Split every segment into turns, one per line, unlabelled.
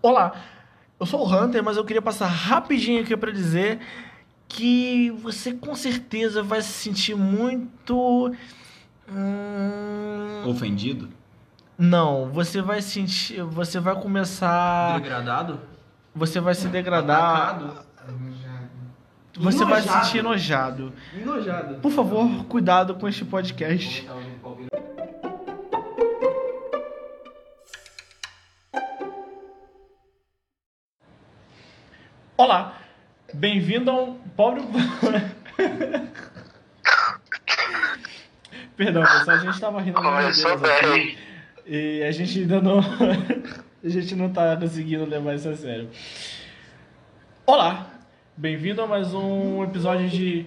Olá, eu sou o Hunter, mas eu queria passar rapidinho aqui para dizer que você com certeza vai se sentir muito. hum,
Uhum. Ofendido?
Não, você vai sentir. Você vai começar.
Degradado?
Você vai se degradar.
Atacado?
Você vai se
Enojado.
sentir enojado.
Enojado.
Por favor, cuidado com este podcast. Olá, bem-vindo a um pobre. Perdão, pessoal, a gente tava rindo das
Começou
brincadeiras
bem.
aqui e a gente ainda não. a gente não tá conseguindo levar isso a sério. Olá, bem-vindo a mais um episódio de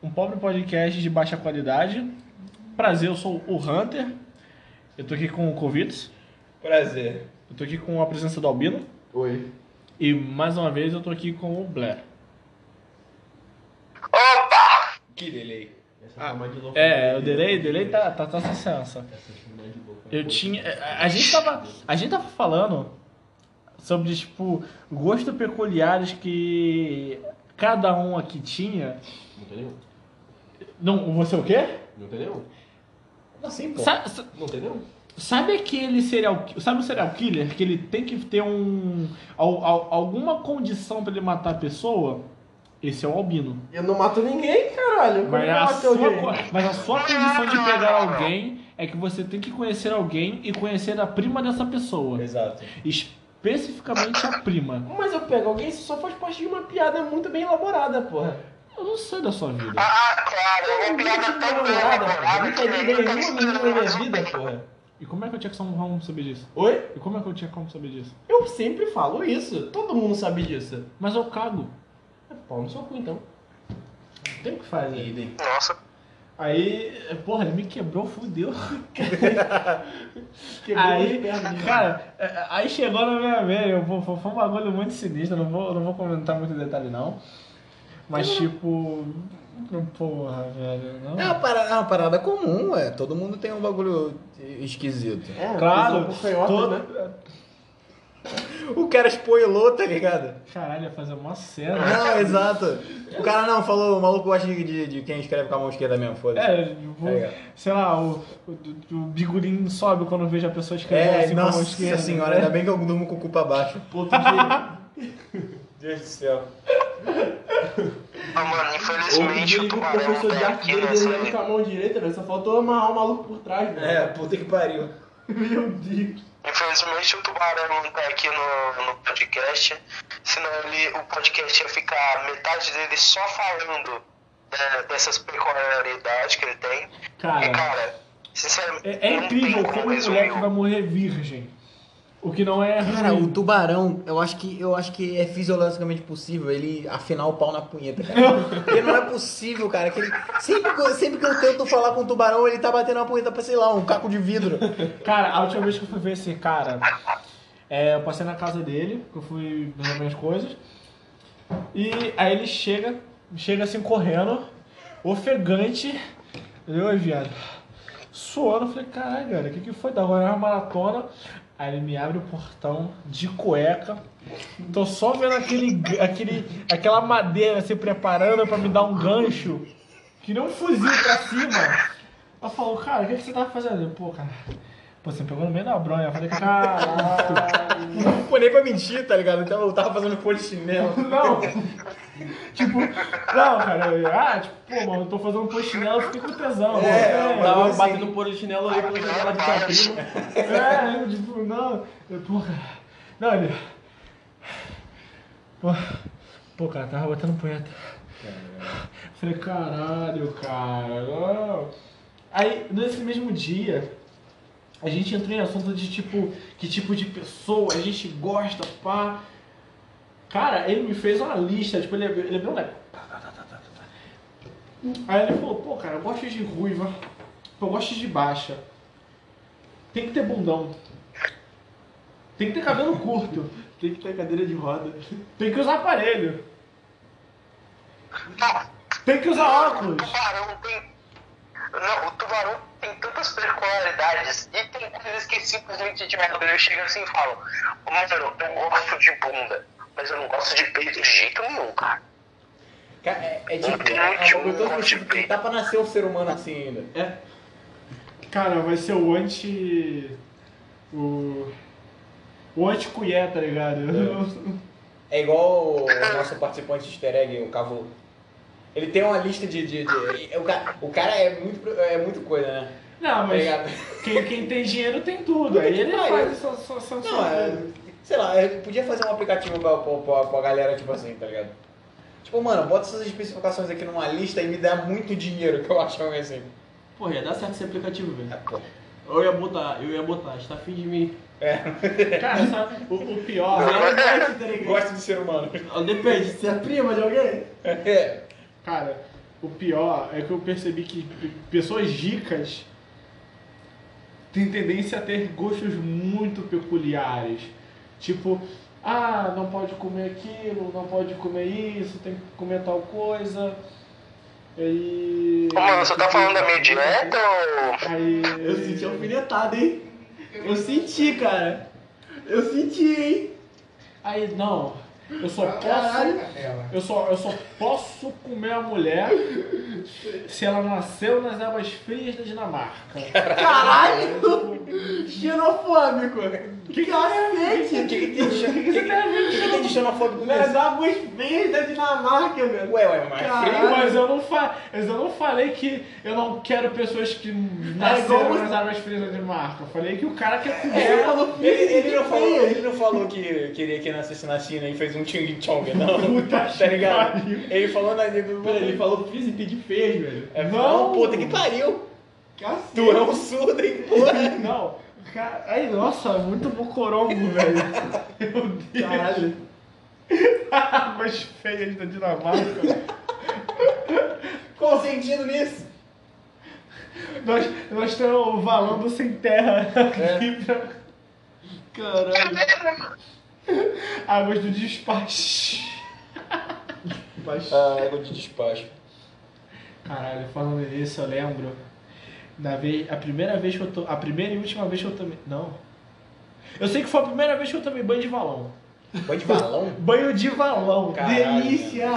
um pobre podcast de baixa qualidade. Prazer, eu sou o Hunter. Eu tô aqui com o Covitos.
Prazer.
Eu tô aqui com a presença do Albino.
Oi.
E mais uma vez eu tô aqui com o Blair.
Que delay. Essa
Ah,
chama de louco.
É, o delay, o delay tá, tá, tá sem sensa.
Essa chama de é louco.
Eu tinha. é, A, a gente tava. A gente tava falando sobre, tipo, gostos peculiares que cada um aqui tinha.
Não tem nenhum.
Não, você é o quê?
Não tem nenhum. Assim, pô.
Sa- sa-
Não tem nenhum.
Sabe aquele serial, sabe o serial killer que ele tem que ter um al- al- alguma condição pra ele matar a pessoa? Esse é o albino.
Eu não mato ninguém, caralho.
Mas é a, sua, co- mas a sua condição de pegar alguém é que você tem que conhecer alguém e conhecer a prima dessa pessoa.
Exato.
Especificamente a prima.
Mas eu pego alguém, isso só faz parte de uma piada muito bem elaborada, porra.
Eu não sei da sua vida.
Ah, claro, é uma piada tão bem elaborada que
peguei
ele
nenhuma
nunca
menina na
descreveu
minha vida, porra.
E como é que eu tinha como saber disso?
Oi?
E como é que eu tinha como saber disso?
Eu sempre falo isso. Todo mundo sabe disso.
Mas eu cago.
É pau no seu cu, então. Não tem o que fazer. Idem.
Nossa,
Aí, porra, ele me quebrou, fudeu.
Aí,
Aí, cara, é, aí chegou na minha vez, eu, pô, foi foi um bagulho muito sinistro, não vou, não vou comentar muito detalhe não. Mas
Uhum.
tipo. Porra, velho, não.
É uma parada, é uma parada comum, ué. Todo mundo tem um bagulho esquisito.
É,
um
Claro,
todo...
né?
todo...
O cara spoilou, tá ligado?
Caralho, ia fazer uma cena.
Não, exato. O cara não falou, o maluco gosta de, de, de quem escreve com a mão esquerda mesmo, foda-se.
É, tipo,
Tá ligado?
sei lá, o, o, o bigulinho sobe quando vejo a pessoa escrevendo
É,
assim com a mão
nossa
esquerda.
senhora, ainda bem que eu durmo com o cu pra baixo.
Outro dia,
Deus do céu.
Ah, mano,
outro
infelizmente
dia ele viu
o
o
tubarão não
professor de
tá
arte
aqui
dele
nessa.
desenhando com a mão direita, velho. Só faltou amarrar o maluco por trás, velho.
É, puta que pariu.
Meu Deus.
Infelizmente o tubarão não tá aqui no, no podcast. Senão ele, o podcast ia ficar metade dele só falando né, dessas peculiaridades que ele tem. E
Cara,
cara, sinceramente.
é, é
não
incrível
tem como
como um
resumir.
moleque vai morrer virgem. O que não é.
Cara,
ruim.
o tubarão, eu acho que eu acho que é fisiologicamente possível ele afinar o pau na punheta, cara. Porque não é possível, cara. Que ele- sempre, que eu- sempre que eu tento falar com o tubarão, ele tá batendo uma punheta pra, sei lá, um caco de vidro.
Cara, a última vez que eu fui ver esse cara, é, eu passei na casa dele, que eu fui resolver as coisas. E aí ele chega, chega assim correndo, ofegante. Eu, viado, suando, eu falei, caralho, cara, o que, que foi? Da Royal Maratona. Aí ele me abre o portão de cueca. Tô só vendo aquele, aquele, aquela madeira se preparando pra me dar um gancho. Que nem um fuzil pra cima. Ela falou, cara, o que, que você tava fazendo? Eu, Pô, cara, pô, você me pegou no meio da bronha. Eu falei, caralho.
Pô, nem pra mentir, tá ligado? Então eu tava fazendo polichinelo.
Não. tipo, não, cara. Eu, ah, tipo, pô, mano, eu tô fazendo polichinelo, eu fiquei com tesão.
É,
mano.
mas-
Tava
assim-
batendo por chinelo ali pela janela de sua prima.
É, eu, tipo, não. Eu, pô, cara. Não, ele. Pô, pô, cara, tava botando punheta. Falei, caralho, cara. não. Aí, nesse mesmo dia, a gente entrou em assunto de tipo, que tipo de pessoa a gente gosta, pá. Cara, ele me fez uma lista, tipo, ele, ele abriu um leque. Tá, tá, tá, tá, tá, tá. Aí ele falou, pô, cara, eu gosto de ruiva, pô, eu gosto de baixa. Tem que ter bundão. Tem que ter cabelo curto.
Tem que ter cadeira de roda.
Tem que usar aparelho. Tem que usar óculos.
tubarão tem. Não, o tubarão tem tantas peculiaridades e tem coisas que simplesmente de madrugada chegam assim e falam: Ô, Mano, eu gosto de bunda, mas eu não gosto de peito de jeito nenhum, cara.
Cara, É, é tipo, é, é um bagulho tão fudido que tá pra nascer um ser humano assim ainda.
É. Cara, vai ser o anti. O. O anti-cuié, tá ligado?
É igual o nosso participante easter egg, o Cavolo. Ele tem uma lista de. de, de- e- o, cara, o cara é muito, é muito coisa, né?
Não, mas
Obrigado.
quem, quem tem dinheiro tem tudo. Aí ele
Ah,
faz
eu-
essa sua. sua-
Não,
sua-
é, sei lá, eu podia fazer um aplicativo pra, pra, pra, pra galera, tipo assim, tá ligado? Tipo, mano, bota essas especificações aqui numa lista e me dá muito dinheiro que eu acho ruim assim.
Porra, ia dar certo esse aplicativo, velho.
Ah, pô.
Eu ia botar, eu ia botar, está afim de mim.
Cara, sabe? O, o pior.
Gosto de ser humano.
Ah, Depende, você é prima de alguém?
É.
Cara, o pior é que eu percebi que p- pessoas ricas têm tendência a ter gostos muito peculiares. Tipo, ah, não pode comer aquilo, não pode comer isso, tem que comer tal coisa. E.
Ô, mano, você tá falando da minha dieta ou.
Aí.
Eu senti alfinetada, hein? Eu senti, cara. Eu senti, hein?
Aí, não. Eu só
Caralho,
posso.
Canela.
Eu só, eu só posso comer a mulher se ela nasceu nas águas frias da Dinamarca.
Caralho! Xenofóbico!
é?
Que
O que,
cacete!
que, tem de- o que, que, o que que tem de xenofóbico com
Nas
isso?
águas frias da Dinamarca, velho.
Ué, ué, mas.
Caralho, mas eu não, fa... mas eu não falei que eu não quero pessoas que nasceram
É igual você- É,
nas águas frias da Dinamarca. Eu falei que o cara quer
Você
comer.
falou
Ele,
físico
ele não
de
falou,
feio.
ele não falou que queria que nascesse na China e fez um Ching Chong, não.
Puta
tá ligado?
que pariu.
Ele falou na.
Pera, ele falou físico de feio, velho.
É,
Não.
não, puta que pariu!
Cacete.
Tu é um surdo, hein, porra!
assim, Não. Cara... Ai, nossa, é muito mocorongo, velho. Meu Deus.
Caralho.
Tá. Águas feias da Dinamarca.
Qual o sentido nisso?
nós, nós estamos valando sem terra aqui pra...
É. Caralho.
Águas do despacho.
Ah, égua de despacho.
Caralho, falando nisso, eu lembro. Na vez, a primeira vez que eu to, A primeira e última vez que eu tomei. Não. Eu sei que foi a primeira vez que eu tomei banho de valão.
Banho de balão?
Banho de valão.
Caralho.
Delícia!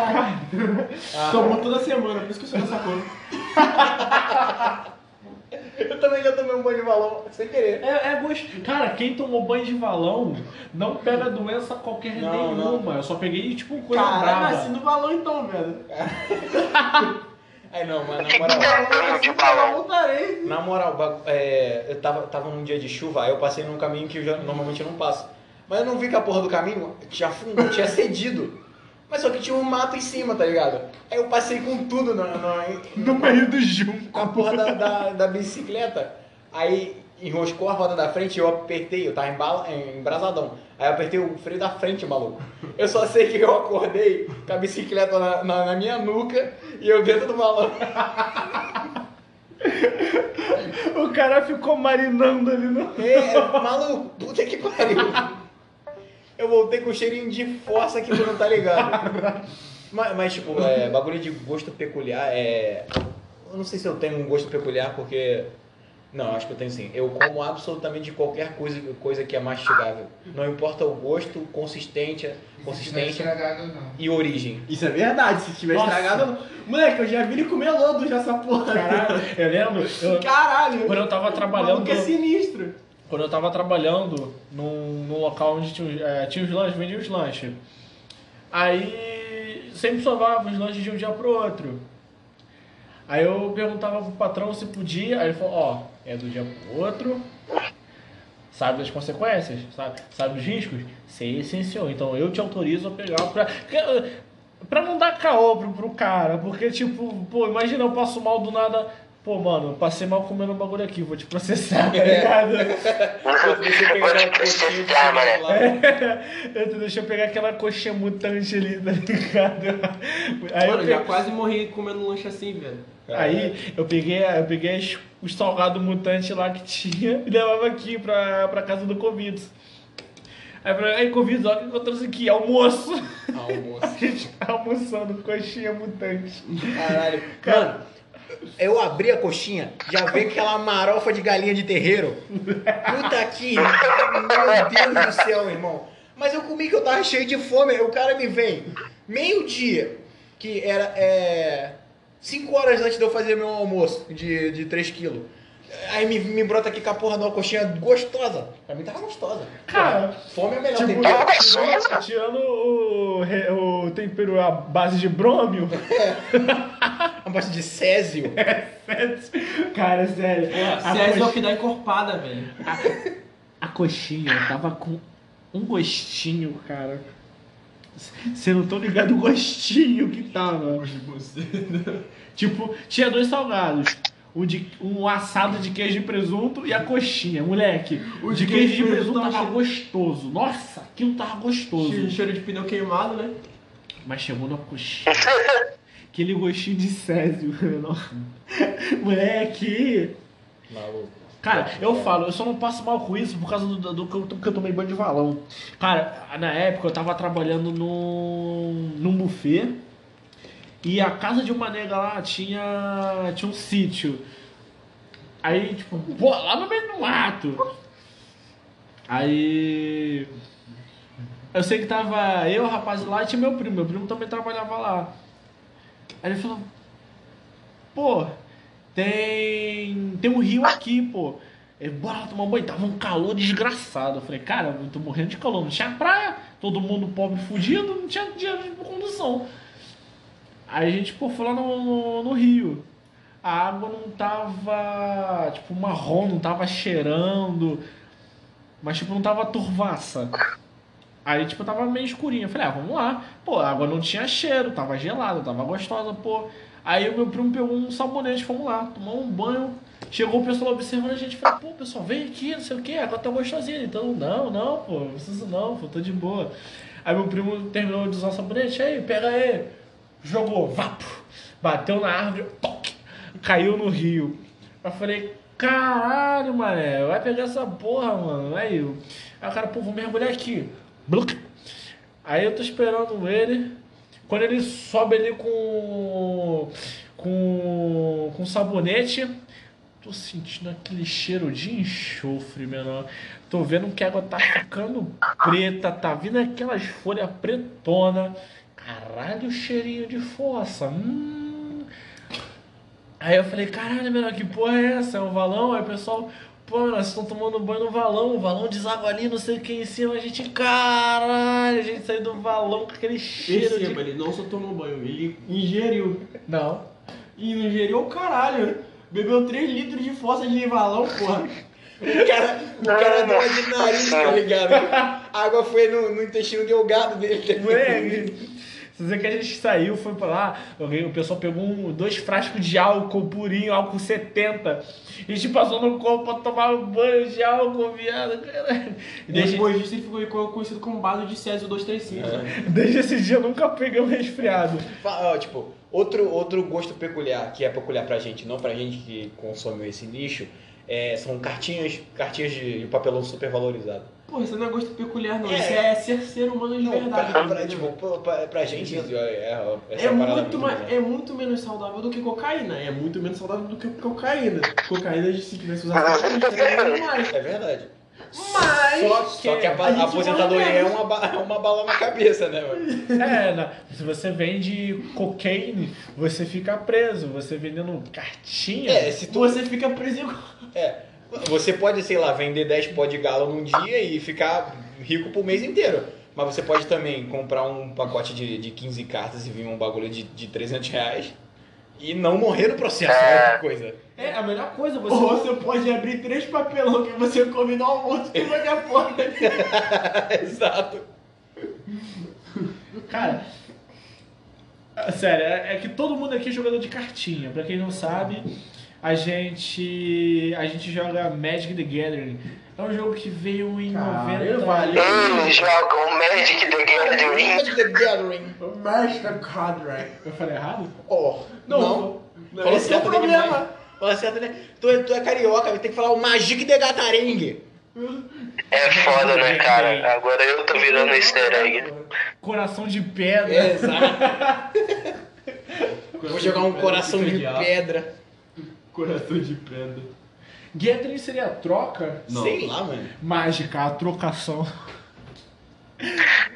Tomou toda semana, por isso que você não sacou.
Eu também já tomei um banho de balão, sem querer.
É, é gostoso. Cara, quem tomou banho de valão não pega doença qualquer
Não,
nenhuma. Eu só peguei, tipo, coisa
Caralho,
brava.
nasci no balão então, velho.
Ai não, mas
Que
na
que tá
moral.
dando de balão?
Voltarei.
Na moral, bagu- é, eu tava, tava num dia de chuva, aí eu passei num caminho que eu já- normalmente eu não passo. Mas eu não vi que a porra do caminho tinha fundo, tinha cedido. Mas só que tinha um mato em cima, tá ligado? Aí eu passei com tudo na, na,
No meio do junco.
com a porra da, da, da bicicleta. Aí enroscou a roda da frente e eu apertei, eu tava embala, é, embrasadão. Aí eu apertei o freio da frente, maluco. Eu só sei que eu acordei com a bicicleta na, na, na minha nuca e eu dentro do balão.
O cara ficou marinando ali no.
É, maluco, puta que pariu. Eu voltei com cheirinho de força que tu não tá ligado. Mas, mas, tipo, é, bagulho de gosto peculiar é. Eu não sei se eu tenho um gosto peculiar porque. Não, acho que eu tenho sim. Eu como absolutamente qualquer coisa, coisa que é mastigável. Não importa o gosto, consistência,
Consistente.
consistência
não.
e origem.
Isso é verdade, se tiver
Nossa.
estragado. não. Moleque, eu já vi ele comer lodo já essa porra.
Caralho, eu lembro. eu-
Caralho.
quando eu tava
O
trabalhando.
maluco é sinistro.
Quando eu tava trabalhando num, num local onde tinha, os- eh, tinha os lanches, vendia os lanches. Aí sempre sovava os lanches de um dia pro outro. Aí eu perguntava pro patrão se podia, aí ele falou, ó, é do dia pro outro, sabe das consequências, sabe, sabe dos riscos? Sei sim, senhor. Então eu te autorizo a pegar pra. Pra não dar caô pro, pro cara, porque tipo, pô, imagina eu passo mal do nada. Pô, mano, eu passei mal comendo um bagulho aqui, vou te processar, tá ligado?
Vou te processar, mané.
Eu- Deixa eu pegar aquela coxinha mutante ali, tá ligado? Aí, eu,
Mano, eu já
pe-
quase morri comendo lanche assim, velho.
aí eu peguei, eu peguei as- os salgados mutantes lá que tinha e levava aqui pra, pra casa do Covid. Aí eu falei, aí Covid, olha o que eu trouxe aqui, almoço.
Almoço.
A gente tá almoçando coxinha mutante.
Caralho.
Cara,
Mano, Eu abri a coxinha, já veio aquela marofa de galinha de terreiro. Puta que. Meu Deus do céu, irmão. Mas eu comi que eu tava cheio de fome. aí O cara me vem meio-dia, que era. É, 5 horas antes de eu fazer meu almoço de, de 3 quilos. Aí me, me brota aqui com a porra de uma coxinha gostosa. Pra mim tava gostosa.
Cara,
Fome é melhor
Tipo,
tem
Tava
tirando-
gostosa.
tirando o, re- o tempero à base de brômio,
uma parte de césio.
cara, É sério. a
César é o
coxinha-
que dá encorpada, velho.
A coxinha tava com um gostinho, cara. Você não tô ligado o gostinho que tava. Tipo, tinha dois salgados. Um, de, um assado de queijo e presunto e a coxinha, moleque. O de queijo de presunto
tava
tava gostoso. Nossa, aquilo tava
Cheiro
gostoso.
cheiro de pneu queimado, né?
Mas chegou na coxinha. Aquele gostinho de Césio, enorme. Moleque!
Maluco.
Cara, eu falo, eu só não passo mal com isso por causa do, do, do que eu, porque eu tomei banho de valão. Cara, na época eu tava trabalhando num, num buffet e a casa de uma nega lá tinha, tinha um sítio. Aí, tipo, pô, lá no meio do mato. Aí. Eu sei que tava eu, o rapaz lá, e tinha meu primo. Meu primo também trabalhava lá. Aí ele falou: Pô, tem. Tem um rio aqui, pô. Ele, bora lá tomar banho. Tava um calor desgraçado. Eu falei, cara, eu tô morrendo de calor. Não tinha praia, todo mundo pobre fudido, não tinha dinheiro de condução. Aí a gente, pô, foi lá no, no, no rio. A água não tava, tipo, marrom, não tava cheirando. Mas, tipo, não tava turvaça. Aí, tipo, tava meio escurinha. Eu falei, ah, vamos lá. Pô, a água não tinha cheiro, tava gelada, tava gostosa, pô. Aí o meu primo pegou um sabonete, fomos lá, tomamos um banho. Chegou o pessoal observando a gente, falou, pô, pessoal, vem aqui, não sei o que, a água tá gostosinha. Então, não, não, pô, não preciso não, pô, tô de boa. Aí meu primo terminou de usar o sabonete, aí, pega aí. Jogou, vapo, bateu na árvore, toque, caiu no rio. Eu falei, caralho, mané, vai pegar essa porra, mano. Aí, eu- aí o cara, pô, vou mergulhar aqui. Bluc. Aí eu tô esperando ele. Quando ele sobe ali com. com. com sabonete. Tô sentindo aquele cheiro de enxofre, menor. Tô vendo que a água tá ficando preta, tá vindo aquelas folhas pretona. Caralho, cheirinho de fossa. Hum. Aí eu falei, caralho, menor, que porra é essa? É um valão? Aí o pessoal, pô, nós estamos tomando um banho no valão, o valão deságua ali, não sei o que em cima. A gente, caralho, a gente saiu do valão com aquele cheiro de
Perceba, tipo, ele não só tomou banho, ele ingeriu.
Não.
E não ingeriu o caralho. Bebeu 3 litros de fossa de valão, porra.
O cara, o
Ah.
cara deu uma de nariz, tá ligado? A água foi no, no intestino delgado dele. tá ligado?
Moleque, Se você que a gente saiu, foi pra lá, alguém- o pessoal pegou um- dois frascos de álcool purinho, álcool 70. A gente passou no copo pra tomar um banho de álcool, viado. caralho. E
Desde...
Desde,
Depois disso ele ficou conhecido como base de Césio 235,
É.
né?
desde esse dia eu nunca peguei um resfriado.
Fa- ó, tipo, outro, outro gosto peculiar, que é peculiar pra gente, não pra gente que consome esse lixo, é, são cartinhas, cartinhas de, de papelão super valorizado.
Porra, isso não é gosto peculiar, não.
É.
Isso é ser ser humano de
Não,
verdade.
pra, pra,
entendeu?
tipo, pra, pra- pra gente, é, é, essa
É
parada
muito, mais,
legal.
é muito menos saudável do que cocaína. É muito menos saudável do que cocaína. Cocaína, é né? se tivesse usado, seria muito mais.
É verdade.
Mas.
Só que, só que a,
é.
ba-
a gente
a aposentadoria
morre
é
menos.
uma, ba- é uma bala na cabeça, né, mano?
É, na- se você vende cocaine, você fica preso. Você vendendo cartinha.
É, se tu,
Você fica preso igual.
é, você pode, sei lá, vender 10 pó de galo num dia e ficar rico pro mês inteiro. Mas você pode também comprar um pacote de, de 15 cartas e vir um bagulho de, de 300 reais e não morrer no processo, olha que coisa.
É a melhor coisa. Você, você pode abrir três papelão que você come no almoço e vai a porra.
Exato.
Cara, é- sério, é é que todo mundo aqui é jogador de cartinha. Pra quem não sabe, a gente a gente joga Magic the Gathering. É um jogo que veio em
Caralho,
90.
valeu.
Eles jogam Hum, Magic the Gathering.
Magic the Gathering.
Master Cadre.
Eu falei errado?
Oh, não.
Não,
Fala
esse é o
certo, né, demais.
problema.
Fala certo, né? Tu é, tu é carioca, tem que falar o Magic de Gatarengue.
É foda, né, cara? Agora eu tô virando easter egg.
É,
Coração de pedra.
Exato. Vou jogar um coração de pedra.
Coração de pedra.
Gathering seria a troca?
Não,
Sei
lá,
lá, mano.
Mágica, a trocação.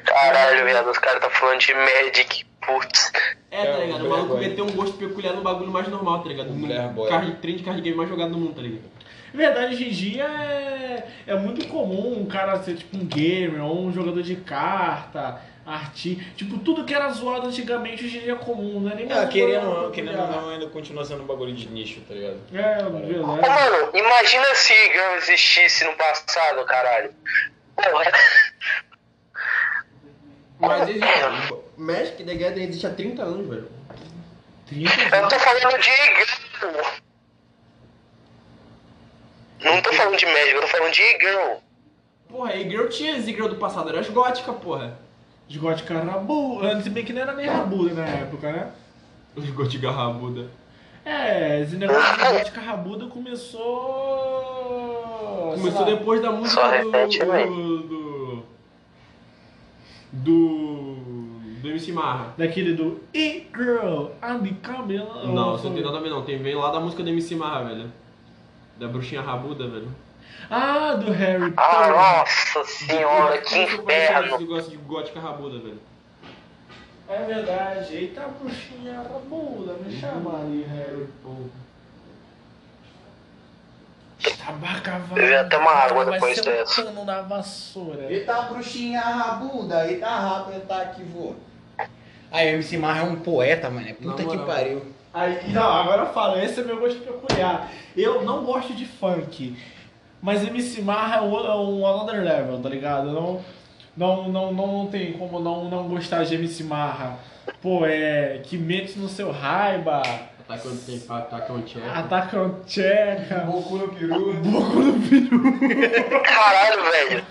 Caralho, viado, os caras tá falando de Magic, putz.
É, tá
É,
ligado?
o
O maluco
Blairboy.
meteu um gosto peculiar no bagulho mais normal, tá ligado?
O
No
Blairboy.
card, trem de card game mais jogado no mundo, tá ligado?
Na verdade, hoje em dia é, é muito comum um cara ser tipo um gamer ou um jogador de carta, artista. Tipo, tudo que era zoado antigamente hoje em dia é comum, não é nem
Ah,
mais
querendo
zoado,
ou não, querendo ou
né?
não, ainda continua sendo um bagulho de nicho, tá ligado?
É, verdade.
Ô, mano, imagina se Gun existisse no passado, caralho. Porra.
Mas existe. um Magic the Gathering existe há 30 anos, velho.
30
Eu não tô falando de Igão. Não tô falando de médico, eu tô falando de Igão.
Porra, e Girl tinha as Girl do passado, era as góticas, porra.
de gótica rabu. Antes bem que não era nem rabuda na época, né?
Os góticas rabuda.
É, esse negócio de gótica rabuda começou. sei
Começou
lá,
depois da
Só
música do,
repete, né? véi.
do, do. Do. Do MC Marra.
Daquele do E girl, I'm coming. out."
Não, você não tem nada a ver não. Tem vem lá da música do MC Marra, velho. Da bruxinha rabuda, velho.
Ah, do Harry
Ah,
Potter.
nossa senhora, que
Como eu falei,
um inferno.
Eu gosto de gótica rabuda, velho.
É verdade, eita bruxinha rabuda, me chama ali, Harry Potter. Estava cavando.
Eu ia até uma água
vai
depois
ser
dessa.
Um cano na vassoura.
Eita tá bruxinha rabuda, eita rapa, tá aqui voa. Aí o MC Marra é um poeta, mano. é Puta
Na
que
moral.
pariu.
Aí, não, agora fala, esse é meu gosto peculiar. Eu não gosto de funk, mas MC Marra é um, é um another level, tá ligado? Não, não, não, não, não tem como não, não gostar de MC Marra. Pô, é. Que mete no seu raiba,
Ataque onde tem ataque onde é.
ataca um tcheca.
Boku no peru.
Caralho, velho.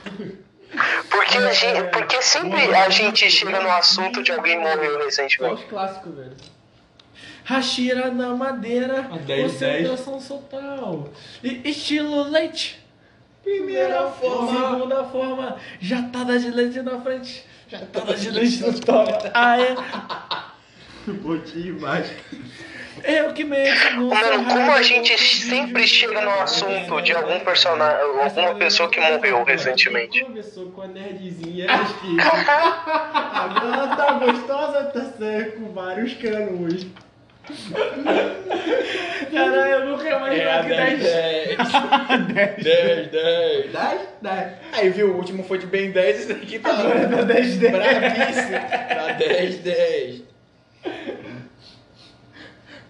Porque, a gente, porque sempre a gente chega no assunto de alguém morreu
Só
recentemente.
os clássicos, velho.
Rachira na madeira,
A 10,
concentração total. E, estilo leite. Primeira
forma.
Segunda forma, jatada de leite na frente. Jatada de leite no Ah, é? toba. Aê,
Botinho mágico.
eu que meto no
Mano, como
cerrado,
a gente
no
sempre
vídeo.
chega no assunto de algum personagem, alguma pessoa que morreu recentemente.
Começou com a nerdzinha que
Ela tá gostosa, tá certo, com vários canos. Caralho, eu nunca
É,
imaginava que
10,
10
10. 10, 10.
dá, dá.
tá Aí viu, o último foi de Ben 10, esse daqui tá
Agora tá 10 10.
bravíssimo. Tá 10, 10.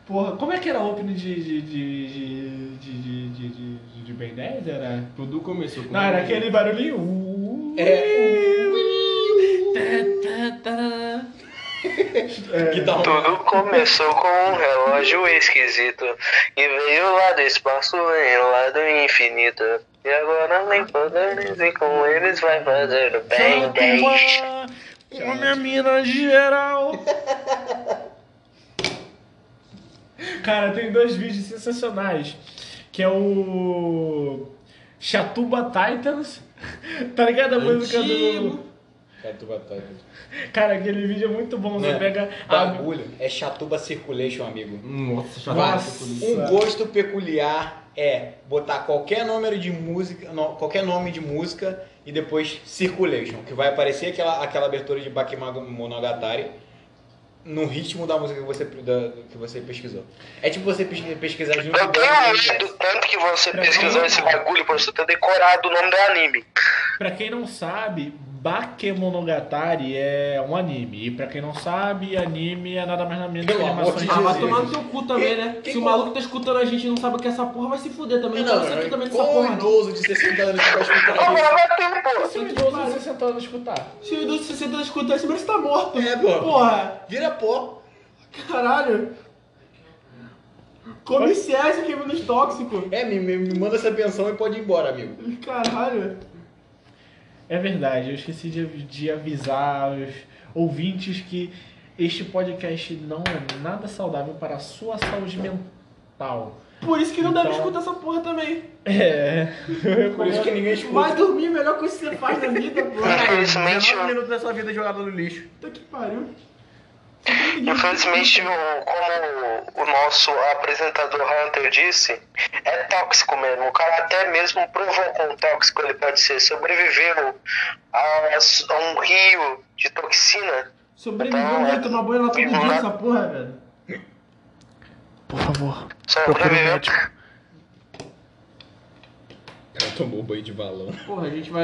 Porra, como é que era a opening de. de. de. de. de. de. de, de, de Ben 10? Era.
Tudo começou com
Não, era aquele barulhinho. Uh,
É.
tá, tá, tá.
Que tá um...
Tudo começou com um relógio esquisito que veio lá do espaço, veio lá do infinito. E agora nem poderes e com eles vai fazer o
É,
bem
Santa
10.
Uma, uma mina geral. Cara, tem dois vídeos sensacionais. Que é o. Chatuba Titans. Tá ligado a música
Antigo.
do.
Catuba tá, Tiger.
Cara, aquele vídeo é muito bom. Você
Né?
pega a
Bagulho é Chatuba Circulation, amigo.
Nossa, chato.
Nossa.
isso.
Um gosto peculiar é botar qualquer número de música, no- qualquer nome de música e depois Circulation, que vai aparecer aquela, aquela abertura de Bakemono- Monogatari no ritmo da música que você, da- que você pesquisou. É tipo você pesqui- pesquisar um junto
Eu tenho medo tanto que você pesquisou esse bagulho pra você ter decorado o nome do anime.
Pra quem não sabe, Bakemonogatari é um anime. E pra quem não sabe, anime é nada mais nada menos que
Pelo amor
animações
de
Ah, vai
Jesus.
tomar no seu cu também, né?
Quem-
se o maluco tá escutando a gente e não sabe o que é essa porra, vai se fuder também. Não, não,
Não,
não,
é
também dessa
qual
porra, não.
idoso de 60 anos que vai escutar
Vamos
isso?
lá, tempo!
Se o idoso de 60 anos escutar.
Se o idoso de 60 anos escutar esse braço tá morto.
É, pô.
Porra,
Vira pó.
caralho. Come César que é menos tóxico.
É, me, me- me manda essa pensão e pode ir embora, amigo.
Caralho.
É verdade, eu esqueci de, de avisar os ouvintes que este podcast não é nada saudável para a sua saúde mental.
Por isso que não deve
Então-
escutar essa porra também.
É.
Por isso que ninguém escuta.
Vai dormir, melhor coisa que você faz na vida, porra.
Infelizmente,
19 minutos da sua vida jogada no lixo.
Puta que pariu.
Infelizmente, o- como o nosso apresentador Hunter disse, é tóxico mesmo. O cara até mesmo provocou um tóxico, ele pode ser. Sobreviveu a, a um rio de toxina.
Sobreviveu não vai né? tomar banho, ela todo dia essa porra, velho.
Por favor. Procura um
Sobreviveu.
médico.
Ela tomou banho de balão.
Porra, a gente vai.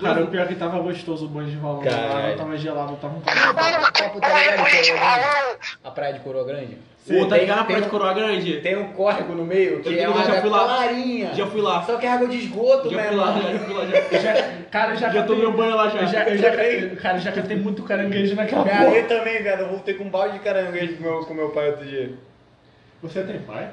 Cara, o pior é que tava gostoso o banho de valor.
Caralho.
Tava gelado, tava um
Copo, copo, tá
Olha,
ligado?
político,
Coroa Grande?
balão!
A praia de Coroa Grande?
Pô, tá
Tem-
ligado na
tem
parte de
um-
Coroa Grande?
Tem um córrego no meio que
Eu
é
já
uma água
fui lá.
clarinha.
Já fui lá.
Só que é água de esgoto,
Já
né?
fui lá, já fui lá, já fui lá.
Já, cara, eu já,
Já
catei-
tomei um banho lá
Eu já,
já.
eu já, catei- cara, eu já catei muito caranguejo naquela
Minha
porra.
areia também, cara. Eu voltei com um balde de caranguejo com meu, com meu pai outro dia.
Você tem pai?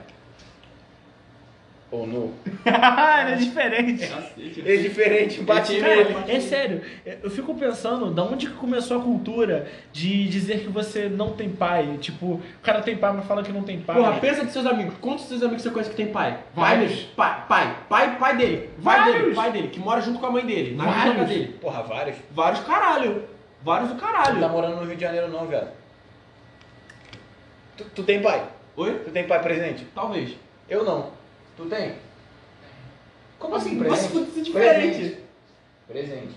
Ou não?
Ele é diferente.
É diferente, bate nele.
Cara, é sério, eu fico pensando da onde que começou a cultura de dizer que você não tem pai. Tipo, o cara tem pai, mas fala que não tem pai.
Porra, pensa que seus amigos. Quantos seus amigos você conhece que tem pai? Pai mesmo. Pai, pai, pai, pai dele. Vai
Vários.
dele, pai dele, que mora junto com a mãe dele, na
Vários.
mesma casa dele.
Porra, vários. Você
Vários caralho. Vários do
não tá
caralho.
morando no Rio de Janeiro não, viado. Tu, tu tem pai?
Oi?
Tu tem pai presente?
Talvez.
Eu não. Tu tem? Como assim,
Mas
presente?
isso é diferente.
Presente.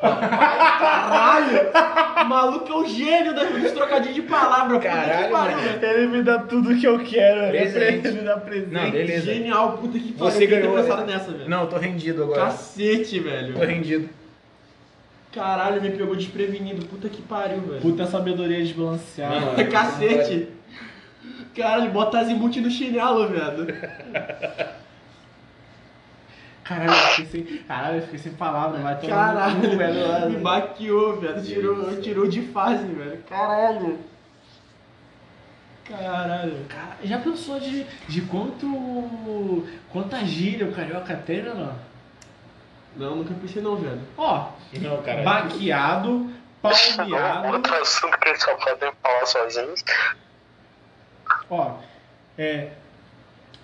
Caralho! O maluco é o gênio da- dos trocadinhos de palavra. Puta
Caralho,
que pariu,
mano.
velho.
Ele me dá tudo que eu quero.
Presente.
Ele me dá presente.
Não, beleza.
Genial, puta que pariu.
Você
eu queria ter
ganhou,
pensado
né?
nessa, velho.
Não, eu tô rendido agora.
Cacete, velho.
Tô rendido.
Caralho, me pegou desprevenido. Puta que pariu, velho.
Puta sabedoria desbalanceada.
é.
Cacete. Caralho, bota azimuth no chinelo, velho.
Caralho, eu fiquei sem, caralho, eu fiquei sem palavra. Vai tomar no cu,
Caralho,
velho.
velho. Me maquiou, velho. Tirou, tirou de fase, velho. Caralho. Caralho.
Cara, já pensou de, de quanto. quanta gíria o carioca tem, né, não?
Não, nunca pensei não, velho.
Ó,
Não, cara.
baqueado, palmeado.
Outro assunto que eles só podem falar sozinhos.
Ó, é.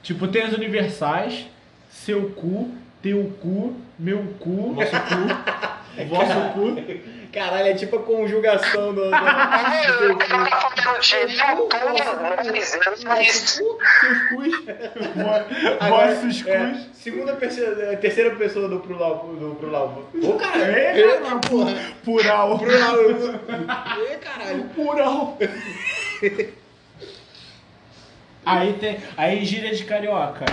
Tipo, tem as universais, seu cu, teu Um cu, meu cu, nosso cu, vosso cu.
Caralho, é tipo a conjugação do... do-
Mano, o
do-
cara falando de futuro, dizendo isso.
Seus cus.
vo-
Agora,
Vossos
é,
cus.
segunda pessoa, é, terceira pessoa do plural. Do plural. Ô, caralho.
É,
Eita, porra.
Plural.
Plural. Ê, caralho.
Plural. Aí tem. Aí gíria de carioca.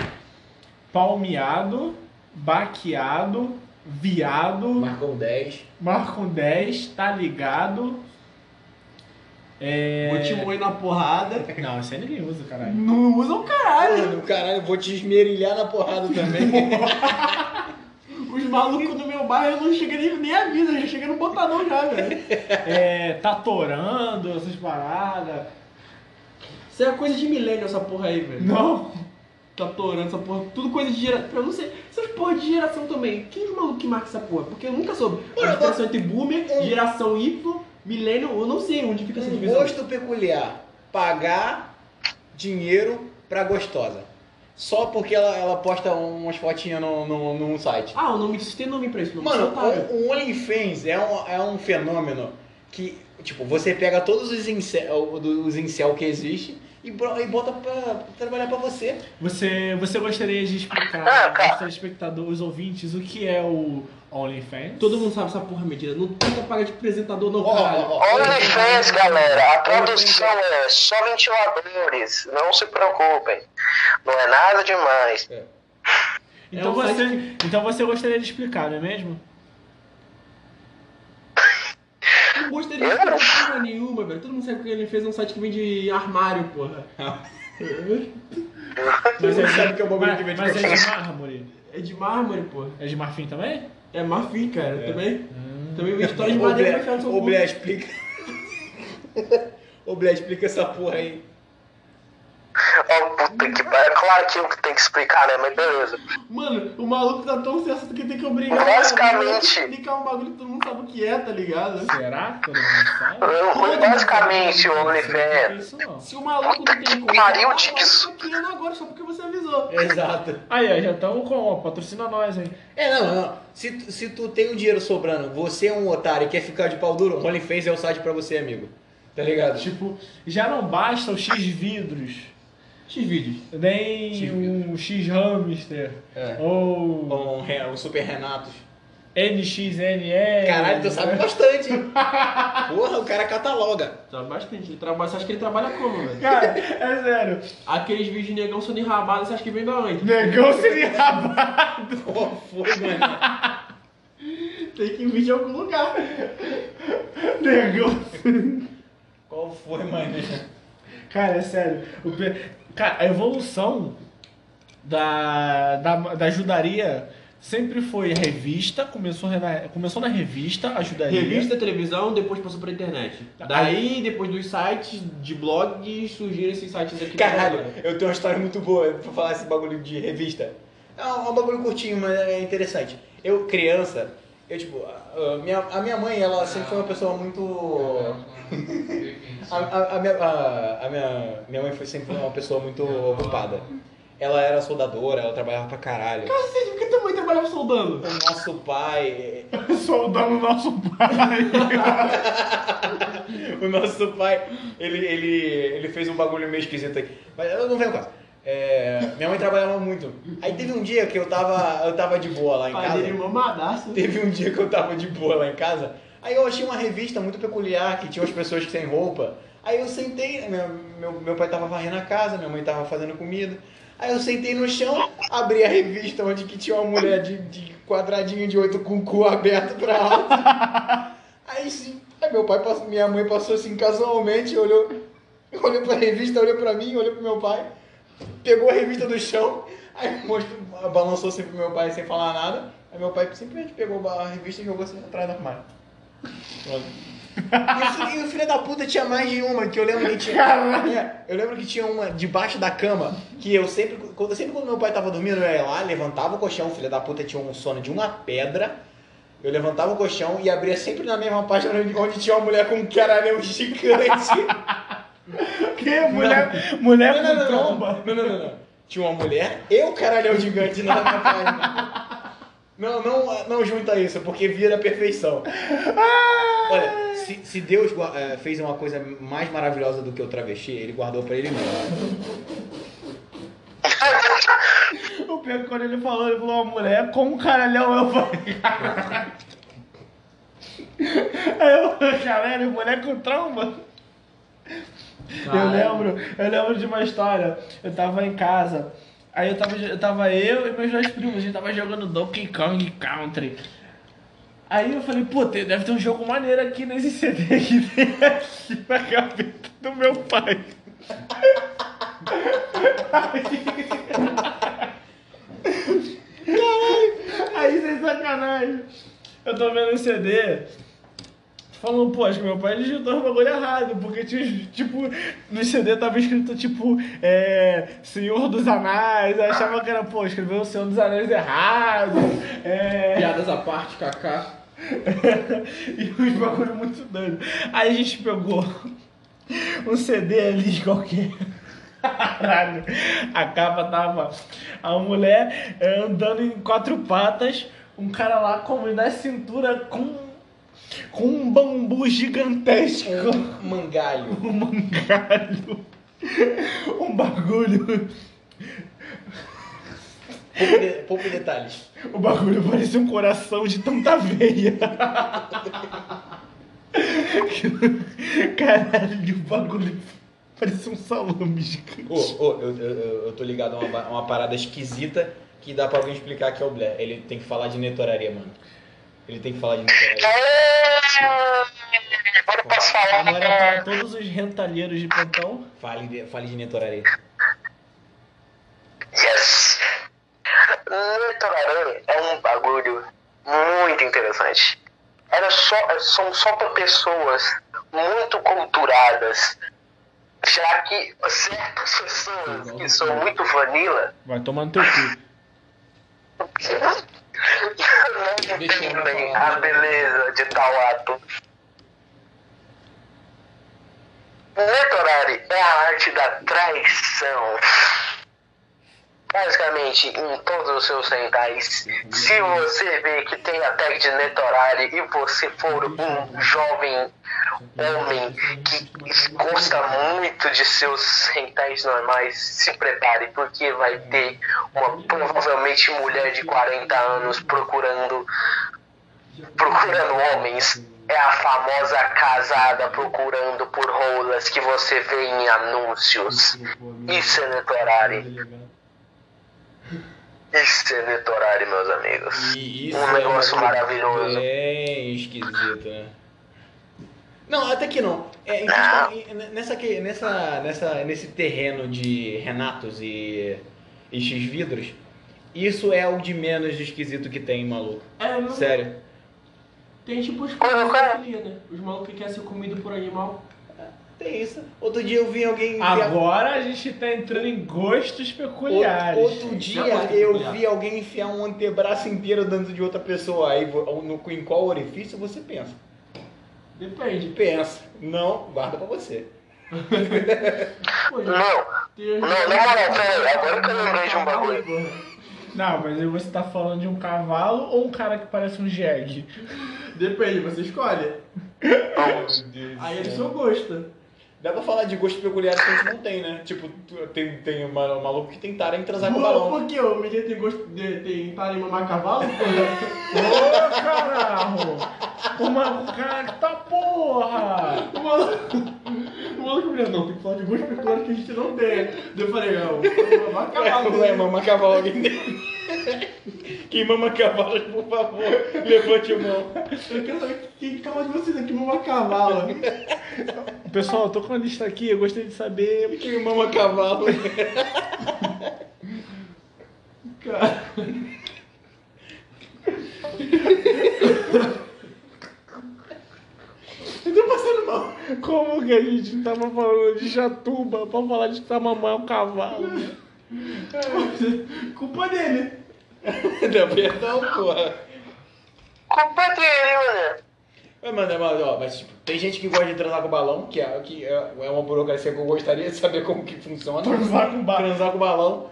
Palmeado, baqueado, viado,
um
Marcou 10.
marcam 10, tá ligado.
Vou
É.
te moer na porrada.
Não, isso aí ninguém usa, caralho.
Não usa o caralho.
Mano, caralho, vou te esmerilhar na porrada também.
Os malucos do meu bairro não chegam nem, nem a vida, já chega no botadão já, velho.
É, tá torando, essas paradas.
Isso é coisa de milênio essa porra aí, velho.
Não.
Tá torando essa porra, tudo coisa de geração. Eu não sei, essas porra de geração também. Quem é os malucos que marca essa porra? Porque eu nunca soube. A diferença entre boomer, geração Y, milênio, eu não sei onde fica essa
um
divisão.
gosto peculiar. Pagar dinheiro pra gostosa. Só porque ela, ela posta umas fotinhas num no, no, num site.
Ah, o nome disso tem nome pra isso, não
Mano, um.
sou otário.
o, o OnlyFans é um, é um fenômeno que, tipo, você pega todos os incel, os incel que existe e, bro- e bota pra trabalhar pra você.
Você, você gostaria de explicar
Ah, cara.
aos seus espectadores, os ouvintes, o que é o OnlyFans?
Todo mundo sabe essa porra, medida. Não tenta pagar de apresentador, não,
Ó,
caralho.
ó, ó.
OnlyFans, galera, a tradução é só ventiladores, não se preocupem. Não é nada demais.
Então,
É um
você,
site
então você gostaria de explicar, não é mesmo?
Não gostei de porra nenhuma, velho. Todo mundo sabe que ele fez um site que vende armário, porra.
Mas é,
sabe que é o bagulho que vem de
mas é de mármore.
É de mármore, porra.
É de marfim também?
É marfim, cara, também. Também vende história de
Ô,
madeira um
Blé,
pra enfiar no seu
ô,
cu.
Blé, explica. Ô, Blé, explica essa porra aí.
Ó, Puta que pariu. É claro que eu que tenho que explicar, né? Mas beleza.
Mano, o maluco tá tão sensato que tem que obrigar.
Basicamente.
Tem que explicar um bagulho que todo mundo sabe o que é, tá ligado?
Será que todo mundo sabe?
Eu- Basicamente, o OnlyFans.
é Isso não.
Se o maluco
Puta
não
que
tem como.
pariu,
ah,
Dix.
mas tá querendo agora só porque você avisou.
É. Exato.
Aí, ó, já estamos com, ó, patrocina nós, hein?
É, não, não. Se, tu- se tu tem um dinheiro sobrando, você é um otário e quer ficar de pau duro, o OnlyFans é o site pra você, amigo. Tá ligado?
Tipo, já não basta o X vidros,
X-Vídeos.
nem
X-vidros.
um X hamster,
É.
ou
Ou um, Re- um Super Renatos.
NXNL.
Caralho, tu sabe bastante. hein? Porra, o cara cataloga.
Sabe Tá bastante. Ele trabalha, você acha que ele trabalha como, velho?
Cara, é sério.
Aqueles vídeos de negão sendo enrabado, você acha que vem da onde?
Negão seria rabado.
Qual foi, mano?
Tem que vir de algum lugar.
Negão.
Qual foi, mano?
Cara, é sério. O pe- Cara, a evolução da, da, da ajudaria sempre foi revista. Começou, rena- começou na revista, a ajudaria.
Revista, televisão, depois passou pra internet. Daí, depois dos sites de blog, surgiram esses sites aqui.
Caralho, eu tenho uma história muito boa pra falar esse bagulho de revista. É um, um bagulho curtinho, mas é interessante. Eu, criança, eu tipo, a, a minha, a minha mãe, ela sempre foi uma pessoa muito. A, a- a minha, a, a minha, minha mãe foi sempre uma pessoa muito ocupada. Ela era soldadora, ela trabalhava pra caralho.
Cacete, por que tua mãe trabalhava soldando?
O nosso pai,
Soldando tá nosso pai.
o nosso pai, ele, ele, ele fez um bagulho meio esquisito aqui. Mas eu não venho caso. É, minha mãe trabalhava muito. Aí teve um dia que eu tava, eu tava de boa lá em
Pai dele, é
casa.
mamadaço.
Teve um dia que eu tava de boa lá em casa. Aí eu achei uma revista muito peculiar que tinha umas pessoas que sem roupa. Aí eu sentei, meu, meu, meu pai tava varrendo a casa, minha mãe tava fazendo comida. Aí eu sentei no chão, abri a revista onde que tinha uma mulher de, de quadradinho de oito com o cu aberto pra alto. Aí sim, aí meu pai passou, minha mãe passou assim casualmente, olhou, olhou pra revista, olhou pra mim, olhou pro meu pai, pegou a revista do chão, aí mostrou, balançou assim pro meu pai sem falar nada. Aí meu pai simplesmente pegou a revista e jogou assim atrás da armário. Pronto. E o filho- E o filho da puta tinha mais de uma, que eu lembro que tinha. É, eu lembro que tinha uma debaixo da cama, que eu sempre. Quando, sempre quando meu pai tava dormindo, eu ia lá, levantava o colchão, o filho da puta tinha um sono de uma pedra. Eu levantava o colchão e abria sempre na mesma página onde, onde tinha uma mulher com um caralhão gigante.
que mulher, mulher com tromba.
Não, não, não, não. Tinha uma mulher e o caralhão gigante na minha página. Não, não, não junta isso, porque vira perfeição. Olha, se, se Deus gua- eh, fez uma coisa mais maravilhosa do que o travesti, ele guardou pra ele mesmo.
O pior que quando ele falou, ele falou uma mulher com um caralhão, eu falei. "Caralho." Aí eu, caralho, mulher com trauma. Eu lembro, eu lembro de uma história. Eu tava em casa, aí eu tava, eu tava eu e meus dois primos, a gente tava jogando Donkey Kong Country. Aí eu falei, pô, tem- deve ter um jogo maneiro aqui nesse CD que tem aqui na gaveta do meu pai. Aí sem sacanagem. Eu tô vendo o CD. Falando, pô, acho que meu pai ele juntou os bagulho errado, porque tinha, os- tipo, no CD tava escrito, tipo, é, Senhor dos Anais, eu achava que era, pô, escreveu o Senhor dos Anéis errado, é,
Piadas à parte, kaká.
e uns bagulho é muito doido. Aí a gente pegou um CD ali de qualquer. Caralho. A capa tava a mulher é, andando em quatro patas, um cara lá com na cintura com, com um bambu gigantesco.
Um mangalho.
Um mangalho. Um bagulho.
Pouco, de, pouco detalhes.
O bagulho parecia um coração de tanta veia. Caralho, o bagulho parecia um salame gigante.
Ô, ô, eu, eu- eu- eu tô ligado a uma, ba- uma parada esquisita que dá pra alguém explicar que é o Blair. Ele tem que falar de netoraria, mano. Ele tem que falar de netoraria.
Agora eu posso falar.
Agora pra
né?
todos os rentalheiros de plantão.
Fale de, fale de netoraria.
Yes! Netoraré é um bagulho muito interessante. Era só, são só pra pessoas muito culturadas. Já que certas pessoas que são muito vanilla
Vai tomar no teu cu.
não entendem a Ah, beleza de tal ato. Netorari é a arte da traição. Basicamente, em todos os seus rentais, se você vê que tem a tag de Netorari e você for um jovem homem que gosta muito de seus rentais normais, se prepare, porque vai ter uma provavelmente mulher de 40 anos procurando procurando homens. É a famosa casada procurando por rolas que você vê em anúncios. Isso é Netorari. Isso é Netorari, meus amigos.
E isso
Um negócio
é
maravilhoso.
Bem esquisito, né?
Não, até que não. É, em questão- em- nessa, que- nessa, nessa, nesse terreno de Renatos e, e X-Vidros, isso é o de menos esquisito que tem, maluco.
É, não
Sério.
tem tipo os
Qual é, qual é?
pedofilia, né? Os malucos que querem ser comido por animal.
Tem isso. Outro dia eu vi alguém. enfiar-
Agora a gente tá entrando em gostos peculiares.
Outro, outro dia
Isso é muito
eu
peculiar.
vi alguém enfiar um antebraço inteiro dentro de outra pessoa. Aí vo- no, em qual orifício você pensa?
Depende.
Pensa. Não, guarda pra você.
Pô, gente,
Não,
tem-
Não, não, não, pera, agora que eu lembrei de um bagulho.
Não, mas aí você tá falando de um cavalo ou um cara que parece um jegue?
Depende, você escolhe. Aí é do seu gosto.
Dá pra falar de gostos peculiares que a gente não tem, né? Tipo, tu- tem, tem uma- um maluco que tem tara em transar é com
Pô,
balão.
Por que o menino tem gosto de tem para em mamar cavalo?
Ô, caralho! Uma cara que tá porra!
O maluco, o maluco me não, tem que falar de gosto peculiar que a gente não tem. Daí eu falei, não, vou
É,
mamar cavalo.
Ué, ué, mama cavalo alguém tem. Quem mama cavalo, por favor, levante a mão.
Eu quero saber quem calma de vocês aqui, mamar cavalo.
Pessoal, eu tô com a lista aqui, eu gostaria de saber.
Quem mama cavalo.
Cara. Eu tô passando mal.
Como que a gente tava falando de jatuba pra falar de tamamã o cavalo?
Culpa dele.
Não, perdão, um porra.
Culpa dele, mano.
Ué, mano, mas, ó, mas tipo, tem gente que gosta de transar com balão, que é, que é é uma burocracia que eu gostaria de saber como que funciona.
Transar com balão.
Transar com balão.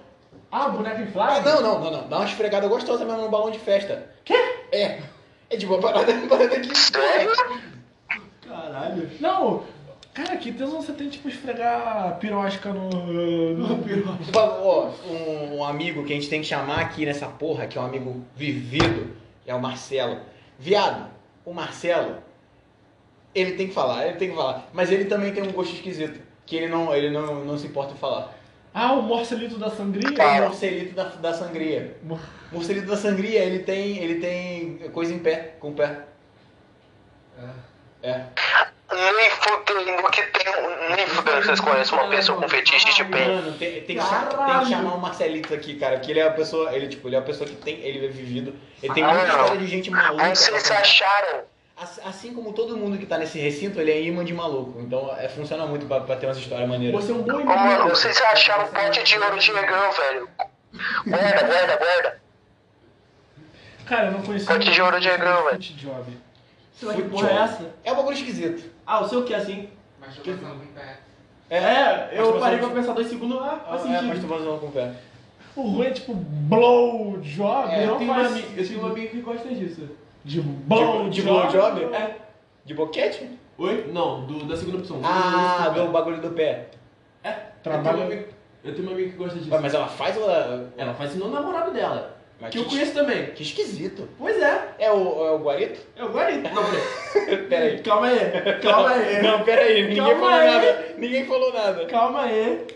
Ah, boneca inflável?
Ah, não, não, não, não. Dá uma esfregada gostosa mesmo no balão de festa. Quê? É. É tipo uma parada, uma parada que.
Caralho.
Não! Cara, que tesão você tem tipo esfregar pirosca no. no...
Tipo, Ó, um, um amigo que a gente tem que chamar aqui nessa porra, que é um amigo vivido, é o Marcelo. Viado, o Marcelo, ele tem que falar, ele tem que falar. Mas ele também tem um gosto esquisito, que ele não, ele não, não se importa em falar.
Ah, o morcelito da sangria?
É o morcelito da, da sangria.
Mor-
Morcelito da sangria, ele tem, ele tem coisa em pé, com o pé. É.
Nem fudendo que tem. um- Nem fudendo que vocês conhecem uma pessoa com fetiche de pé.
Mano, tem, tem que chamar, tem que
Caralho.
chamar o Marcelito aqui, cara, que ele é a pessoa, ele tipo, ele é a pessoa que tem, ele é vivido, ele tem
Ah,
muita
não.
história de gente maluca.
Onde vocês acharam?
Ass- Assim como todo mundo que tá nesse recinto, ele é imã de maluco. Então é, funciona muito pra, pra ter umas histórias maneiras.
Você é um bom
Ô,
inimigo.
mano, vocês acharam um pote de ouro de negão, velho. Guarda, guarda, guarda.
Cara, eu não conhecia.
Pote de ouro de negão, velho.
Foot job.
Sei lá que porra é essa?
É um bagulho esquisito.
Ah, o seu que é assim?
Mas tô pensando muito bem.
É, eu
Masturbação
parei
de-
pra pensar dois segundos. Ah, faz
É, mas
sentido.
tu faz com o pé.
O ruim é tipo blow job,
É,
não
Eu tenho um
faz
ami- eu tenho um amigo que gosta disso.
de blow
de
job.
blowjob?
É.
De boquete?
Oi? Não, do- da segunda opção.
Ah,
do.
do bagulho do pé.
É.
Trabalho-
Eu tenho, um amigo, eu tenho um amigo que gosta disso.
Ué, mas ela faz ou ela.
Ela faz isso no namorado dela.
Mas
que
que
eu conheço também.
Que esquisito.
Pois é,
É o, é o guarito?
eu guarito. Não,
Pera aí.
peraí. Calma aí, calma aí.
Não, pera aí, ninguém
É. Calma
falou
aí.
nada. Ninguém falou nada.
Calma aí.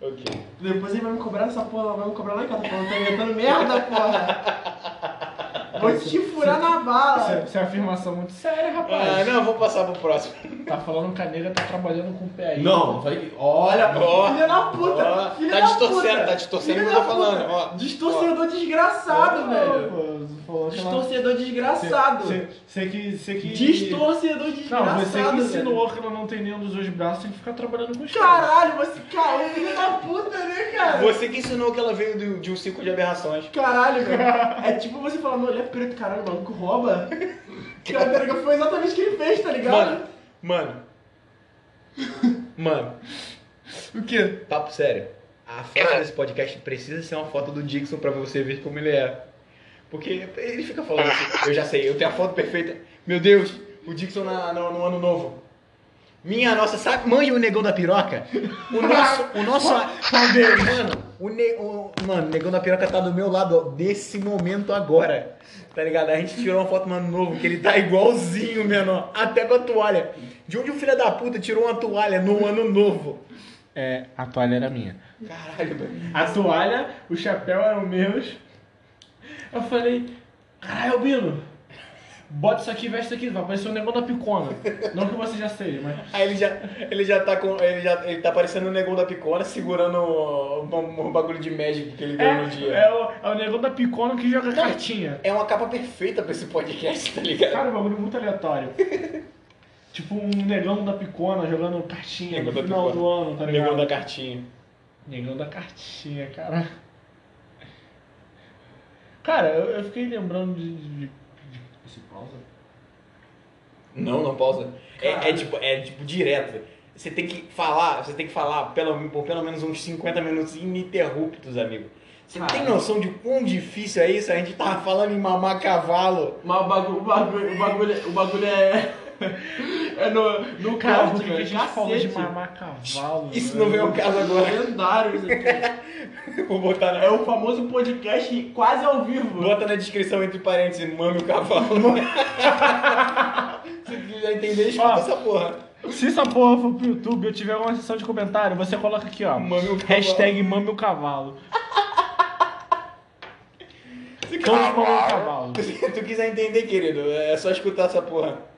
Ok.
Depois ele vai me cobrar essa porra, ela vai me cobrar lá em casa. Falando, tá inventando merda, porra. Vou te furar na
Essa,
bala.
essa é uma afirmação muito séria,
Ah,
rapaz.
não, vou passar pro próximo.
Tá falando que a nega tá trabalhando com o pé aí.
Não, falei que. Olha,
Ó,
filha da puta.
ó,
filha
tá
da
distorcendo,
puta.
tá distorcendo
Filha
o que eu tô
da puta.
falando, ó,
Distorcedor desgraçado,
Não,
velho.
pô, falou que ela... é
Distorcedor desgraçado.
Você- Você que... Você que...
Distorcedor desgraçado.
Não, você que
velho.
insinuou que ela não tem nenhum dos dois braços, tem que ficar trabalhando com os caras.
Caralho, você. Cara, filho da puta, né, cara?
Você que ensinou que ela veio do- de um ciclo de aberrações.
Caralho, cara. É tipo você falar, mano, ele é preto, caralho, o maluco rouba. Cara, tá ligado? foi exatamente o que ele fez, tá ligado?
Mano, mano. Mano,
O quê?
papo sério. A foto desse podcast precisa ser uma foto do Dixon pra você ver como ele é. Porque ele fica falando assim, eu já sei, eu tenho a foto perfeita. Meu Deus, o Dixon na, no, no ano novo. Minha nossa, sabe? Manja o negão da piroca? O nosso. O nosso. Mano, o, ne, o- mano, o negão da piroca tá do meu lado ó, desse momento agora. Tá ligado? A gente tirou uma foto no ano novo que ele tá igualzinho, menor. Até com a toalha. De onde o filho da puta tirou uma toalha no ano novo?
É, a toalha era minha.
Caralho, velho.
A toalha, o chapéu eram meus. Eu falei, caralho, Albino, bota isso aqui, veste isso aqui, vai aparecer um negócio da picona. Não que você já seja, mas...
Aí ele já, ele já tá com. Ele, já, ele tá parecendo o negão da picona segurando o, o- o bagulho de Magic que ele ganhou no
É,
dia.
é o, é o negócio da picona que joga cartinha.
É uma capa perfeita pra esse podcast, tá ligado?
Cara, um bagulho muito aleatório. tipo um negão da picona jogando cartinha
Negão
no
da
final
picona.
do ano, tá ligado?
Negão da cartinha.
Negão da cartinha, cara. Cara, eu, eu fiquei lembrando de. de, de... Esse pausa?
Não, não pausa. É, é
Caralho.
tipo, é tipo direto. Você tem que falar, você tem que falar pelo, por pelo menos uns 50 minutos ininterruptos, amigo. Você
Caralho.
tem noção de quão difícil é isso? A gente tava falando em mamar cavalo.
Mas o bagulho, o bagulho, o bagulho, o bagulho é. É no, no
Cara,
kart,
por que que a
velho.
gente falou de
Cacete.
mamar cavalo?
Isso
velho?
não vem ao caso agora.
Lendário isso aqui.
Vou botar
assim. É
na,
o famoso podcast quase ao vivo.
bota na descrição entre parênteses, mame o cavalo. Se quiser entender, escuta
Ó.
essa porra.
Se essa porra for pro YouTube e eu tiver alguma sessão de comentário, você coloca aqui, ó.
Mame o cavalo.
Hashtag mame o cavalo. Todos mamam o cavalo.
Se tu quiser entender, querido, é só escutar essa porra.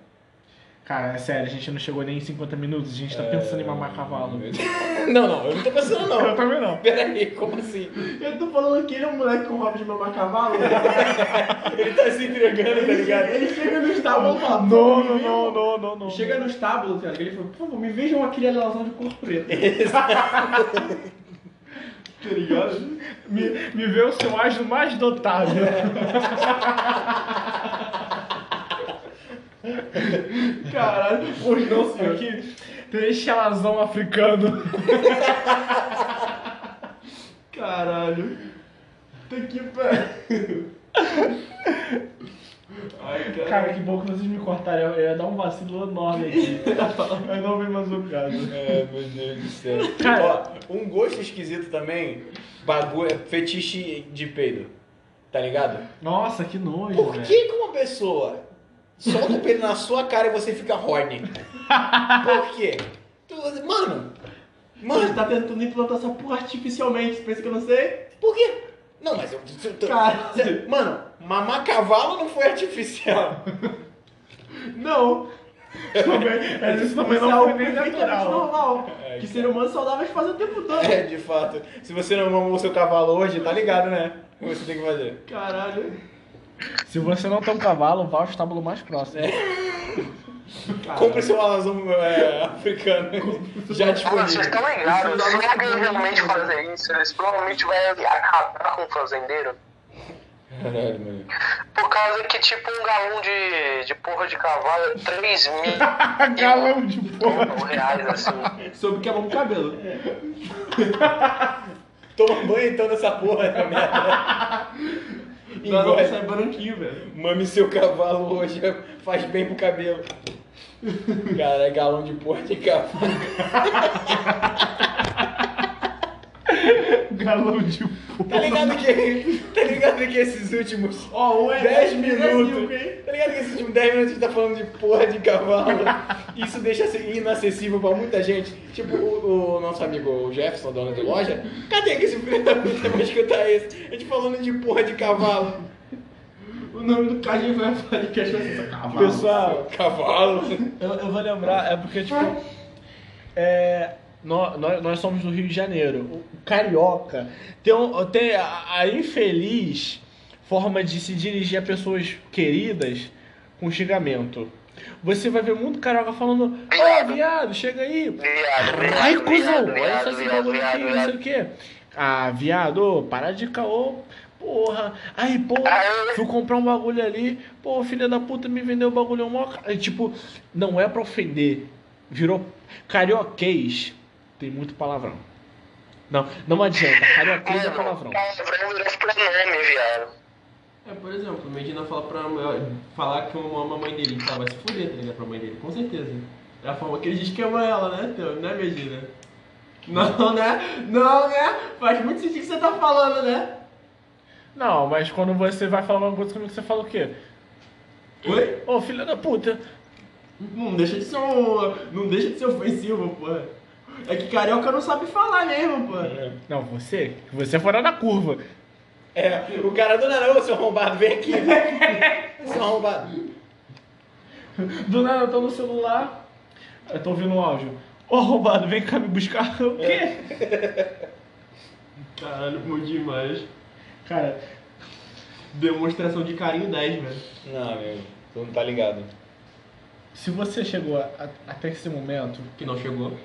Cara, é sério, a gente não chegou nem em 50 minutos, a gente tá pensando em mamar cavalo.
Não, não, eu não tô pensando
Eu
não.
também não.
Peraí, como assim?
Eu tô falando que ele é um moleque com roupa de mamar cavalo.
Ele tá se entregando, tá
ele,
ligado?
chega, ele chega no tá estábulo e fala,
Não, não, não, não, não, não.
Chega no estábulo, cara, que ele fala, por favor, me vejam aquele alazão de cor preta. tá ligado?
Me, me vê o seu ágio mais dotado.
Caralho, pois não, senhor.
Aqui, tem esse alazão africano.
Caralho. Tá que pariu. Ai,
Cara, que bom que vocês me cortaram. Eu eu ia dar um vacilo enorme aqui. Eu não vi mais um caso.
É, meu Deus do céu.
Cara.
Ó, um gosto esquisito também, bagulho, é fetiche de peido. Tá ligado?
Nossa, que nojo.
Por
velho.
que que uma pessoa solta o peido na sua cara e você fica horny? Por quê? Tu- Mano,
Mano, você
mano,
tá tentando implantar essa porra artificialmente, você pensa que eu não sei?
por quê? Não, mas eu... tu- tu-
Cara.
Mano, mamar cavalo não foi artificial.
Não.
Também- Mas isso também
Isso é
não foi
algo
nem
perfeitamente
natural.
normal.
Ai,
que é seres humanos saudáveis fazem o tempo todo.
É, de fato. Se você não mamou o seu cavalo hoje, tá ligado, né? O que você tem que fazer.
Caralho.
Se você não tem um cavalo, vá ao estábulo mais próximo.
Compre seu alazão é, africano já
Mano, vocês
disponível.
estão ligados, se alguém realmente fazer isso, eles provavelmente vão acabar com o fazendeiro.
Caralho, mano.
Por causa que, tipo, um galão de, de porra de cavalo é 3 mil
Galão de porra.
reais, assim.
Soube que é bom cabelo.
Toma banho então nessa porra, né, merda.
Não, não,
Engole.
sai é branquinho, velho.
Mame seu cavalo hoje, faz bem pro cabelo. Cara, é galão de porra de cavalo.
Galão de porra.
Tá ligado que, tá ligado que esses últimos
Ó, o
10
Brasil, hein?
minutos, tá ligado que esses últimos 10 minutos a gente tá falando de porra de cavalo. Isso deixa ser inacessível pra muita gente. Tipo, o, o nosso amigo o Jefferson, dono de loja, cadê que esse filho da puta vai escutar isso? A gente falando de porra de cavalo.
O nome do cara vai falar que achou essa cavalo.
Pessoal,
Cavalo.
Eu, eu vou lembrar, é porque, tipo. É, nó- nós, nós somos do Rio de Janeiro. O carioca tem, um- tem a, a infeliz forma de se dirigir a pessoas queridas com xingamento. Você vai ver muito carioca falando, ó,
Viado.
viado, chega aí.
Viado, viado,
Ai, cuzão,
viado,
olha só
viado,
esse
viado,
bagulho aqui,
viado,
assim, não sei o
viado.
quê. Ah, viado, para de caô, porra. Aí, porra,
Aê.
fui comprar um bagulho ali, pô, filha da puta me vendeu o bagulho mó. ca- É, Tipo, não é pra ofender. Virou carioquês. Tem muito palavrão. Não, não adianta. Carioquês é
Mano,
palavrão.
Palavrão virou pronome, viado.
É, por exemplo, o Medina fala pra falar que ama a mãe dele, que ela vai se fuder, tá ligado? Pra mãe dele, com certeza. É a forma que ele diz que ama ela, né, Teu? Né, Medina? Não, né? Não, né? Faz muito sentido o que você tá falando, né?
Não, mas quando você vai falar uma coisa comigo, você fala o quê?
Oi?
Ô, filha da puta.
Não deixa de ser um. Não deixa de ser ofensivo, pô. É que carioca não sabe falar mesmo, pô.
Não, você, você é fora da curva.
É, o cara do nada, ô seu arrombado, vem aqui. seu arrombado.
Do nada eu tô no celular, eu tô ouvindo o áudio. Ô roubado, vem cá me buscar. O quê?
Caralho, bom demais.
Cara,
Demonstração de carinho 10, velho.
Não, meu, tu não tá ligado.
se você chegou a- a- até esse momento,
Que não chegou.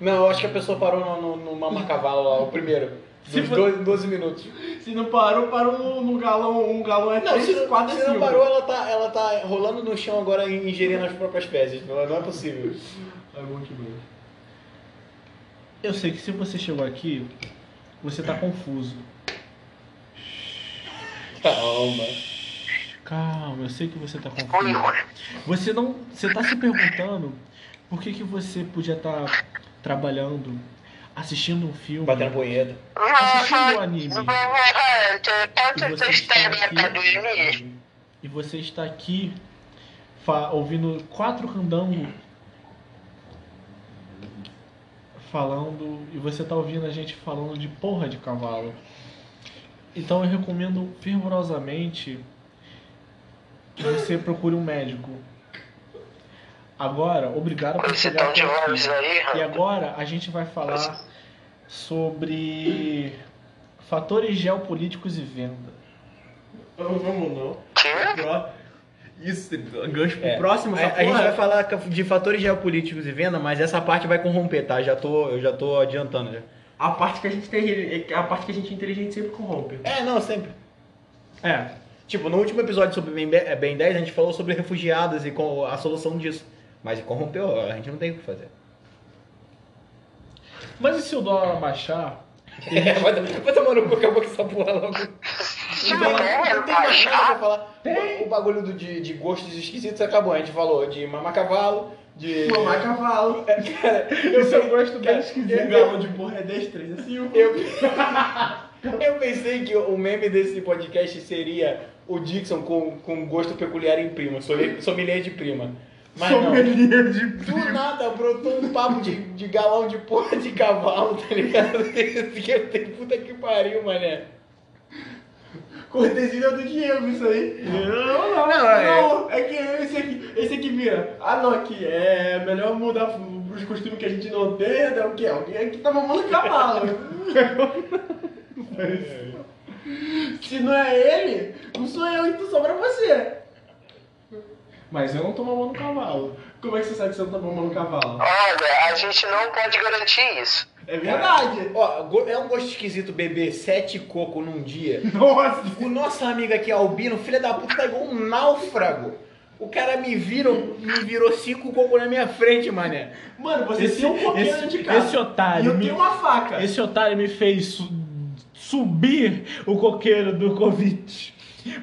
Não, eu acho que a pessoa parou no, no, no Mama Cavalo lá, o primeiro.
Se
Dos
for-
12, 12 minutos.
Se não parou, parou no, no galão. Um galão é
Não, se,
3, 4
se não parou, ela tá, ela tá rolando no chão agora e ingerindo as próprias fezes. Não, não é possível.
É bom demais.
eu sei que se você chegou aqui, você tá confuso.
Tá, Calma.
Calma, eu sei que você tá
Oi,
confuso.
Rony.
Você não. Você tá se perguntando por que, que você podia estar trabalhando, assistindo um filme.
Batendo punheta.
Assistindo o anime.
Então,
E
Tanto
você está
essa história tá do início.
aqui, e você está aqui fa- ouvindo quatro candango falando e você está ouvindo a gente falando de porra de cavalo. Então eu recomendo fervorosamente que você procure um médico. Agora, obrigado por
Esse
chegar
tal de
até aqui.
voz aí,
E
rapaz.
agora a gente vai falar sobre fatores geopolíticos e venda.
Vamos não.
Que?
Isso, um gancho pro
É.
próximo,
A,
essa
a gente
porra.
vai falar de fatores geopolíticos e venda, mas essa parte vai corromper, tá? Já tô, eu já tô adiantando já.
A parte que a gente tem. A parte que a gente é inteligente sempre corrompe.
É, não, sempre.
É,
Tipo, no último episódio sobre Ben, Be- Ben 10, a gente falou sobre refugiados e com a solução disso. Mas corrompeu, a gente não tem o que fazer.
mas e se o dólar baixar?
É, vai, vai tomar no cu, acabou com essa porra logo.
Se
Não
não
tem-
der,
Então, não tem mais nada pra
baixar.
falar. O, o bagulho do- de, de gostos esquisitos acabou. A gente falou de mamar cavalo, de.
Tomar cavalo.
Eu só é gosto
bem
Um
esquisito.
galão de porra é 10, 3, é 5.
Eu, eu pensei que o meme desse podcast seria o Dixon com, com gosto peculiar em prima, sommelier sommelier de prima. Mas não.
Sommelier um de.
Do nada brotou um papo de, de galão de porra de cavalo, tá ligado? Que eu tenho puta que pariu, mané.
Cortesia do Diego, isso aí. Não, não,
Ah,
Não, é-
não. É que esse aqui, esse aqui vira. Ah, não, aqui é melhor mudar os costumes que a gente não tem, né? O que é? Alguém aqui tá mamando cavalo. Se não é ele, não sou eu, então sobra você.
Mas eu não tô mamando cavalo.
Como é que você sabe que você não tá mamando cavalo?
Olha, a gente não pode garantir isso.
É verdade.
Ó, go- é um gosto esquisito beber sete coco num dia.
Nossa.
O nosso amigo aqui, Albino, filho da puta, tá igual um náufrago. O cara me virou, me virou cinco cocos na minha frente, mané.
Mano, você
Esse-
tem um coqueiro
esse-
de casa.
esse otário
E eu
me-
tenho uma faca.
Esse otário me fez su- subir o coqueiro do Covid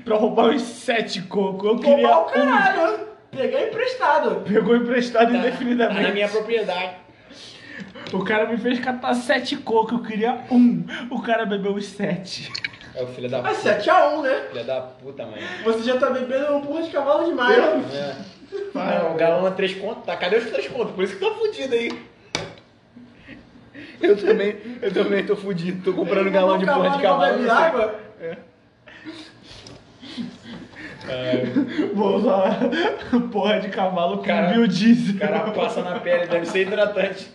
pra roubar os sete cocos. Eu queria
Tomar o
um.
caralho. Pegar emprestado.
Pegou emprestado
Tá na minha
indefinidamente.
propriedade.
O cara me fez catar sete cocos, eu queria um. O cara bebeu os sete.
É o filho da
É 7x1, né?
Filha da puta, mãe.
Você já tá bebendo um porra de cavalo demais.
Não, É. o galão é três conto, tá? Cadê os três contos? Por isso que tá fudido aí. Eu também, eu também tô fudido. Tô comprando galão de porra de cavalo. assim.
Não água.
Vou usar porra de cavalo com
Cara-
biodiesel.
O cara passa na pele, deve ser hidratante.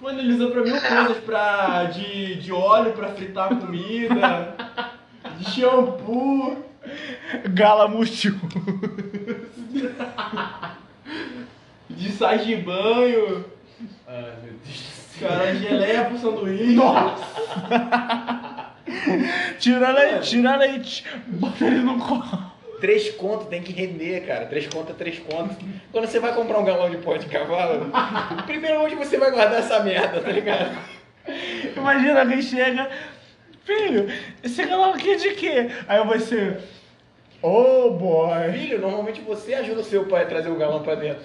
Mano, ele usa pra mil coisas pra, de, de óleo pra fritar a comida. Shampoo.
Gala Mutil.
De sais de banho. Ai, meu Deus do céu. Cara, geleia pro sanduíche.
Tira leite, tira leite. Bota ele no colo.
Três contos tem que render, cara. Três contas, três contas. Quando você vai comprar um galão de pó de cavalo, primeiro onde você vai guardar essa merda, tá ligado?
Imagina alguém chega. Filho, esse galão aqui é de quê? Aí você. Oh boy.
Filho, normalmente você ajuda o seu pai a trazer o galão pra dentro.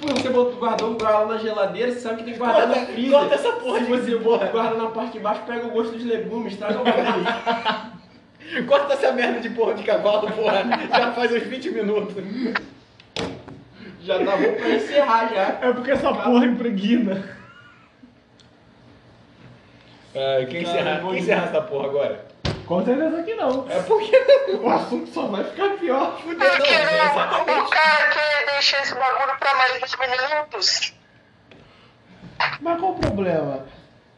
Pô, você botou, guardou o galo na geladeira, você sabe que tem que guardar
Corta-
no freezer.
corta essa porra
Se
de
você bota- guarda na parte de baixo, pega o gosto dos legumes, traga o gosto
Corta essa merda de porra de cavalo, porra. Já faz uns 20 minutos.
Já tá bom pra encerrar já.
É porque essa porra impregna.
Ah, quem encerra, quem encerra essa porra agora?
Com certeza que não.
É porque não.
O assunto só vai ficar pior.
Fudeu,
Porque
não.
o, o cara quer deixar esse bagulho pra mais 20 minutos.
Mas qual o problema?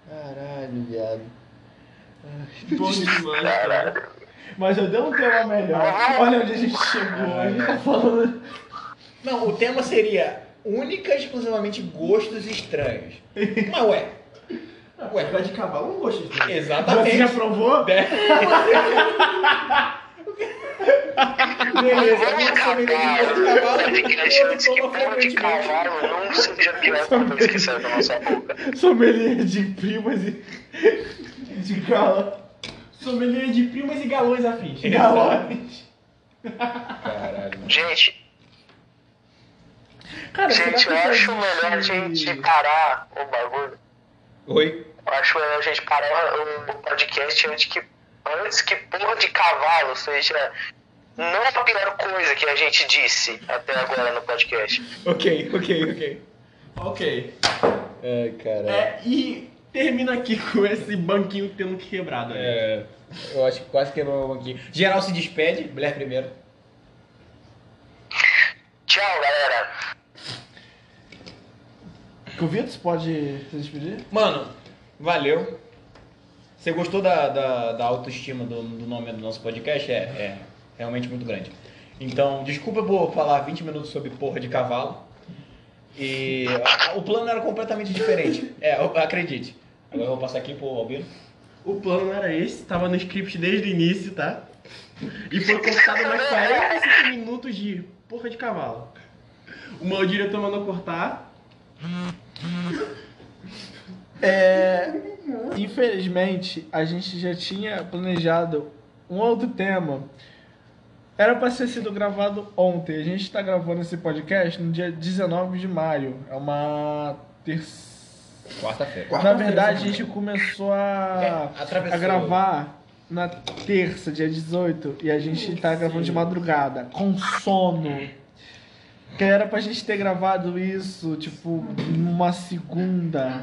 Caralho, viado.
Bom demais, cara.
Mas eu dei um tema melhor. Olha onde a gente chegou. A gente tá falando.
Não, o tema seria única e exclusivamente gostos estranhos. Mas ué. Ué,
Pé de cavalo não gosto de
Você já
exatamente.
provou?
Beleza,
Vamos
eu sou amigo de
acabar
porra de cavalo.
podcast antes
Eu
que
tomo
porra de
frequentemente.
cavalo não seja a pior coisa que saiu da nossa boca.
Sommelier de primas e. de gala.
Sommelier de primas e galões afins.
galões.
Caralho.
Gente,
Cara,
gente, eu
será que
acho
existe-
melhor a gente parar o bagulho.
Oi?
Eu acho melhor a gente parar o o podcast antes que, antes que porra de cavalo seja não a pior coisa que a gente disse até agora no podcast.
Ok, ok, ok.
Ok.
Ai, caralho.
É, e termina aqui com esse banquinho tendo que quebrado. né?
É, eu acho que quase quebrou aqui. Geral se despede, mulher primeiro.
Tchau, galera.
Que o Vitor você pode se despedir?
Mano, valeu. Você gostou da, da, da autoestima do, do nome do nosso podcast? É, é realmente muito grande. Então, desculpa por falar 20 minutos sobre porra de cavalo. E a- o plano era completamente diferente. É, eu- acredite. Agora eu vou passar aqui pro Albino.
O plano não era esse, tava no script desde o início, tá? E foi cortado mais 45 minutos de porra de cavalo. O meu diretor mandou cortar.
É. Infelizmente, a gente já tinha planejado um outro tema. Era pra ser sido gravado ontem. A gente tá gravando esse podcast no dia 19 de maio. É uma terça.
Quarta-feira.
Na verdade, a gente começou a,
É, atravessou.
a gravar na terça, dia 18, e a gente tá gravando de madrugada, com sono. Que era pra gente ter gravado isso, tipo, numa segunda.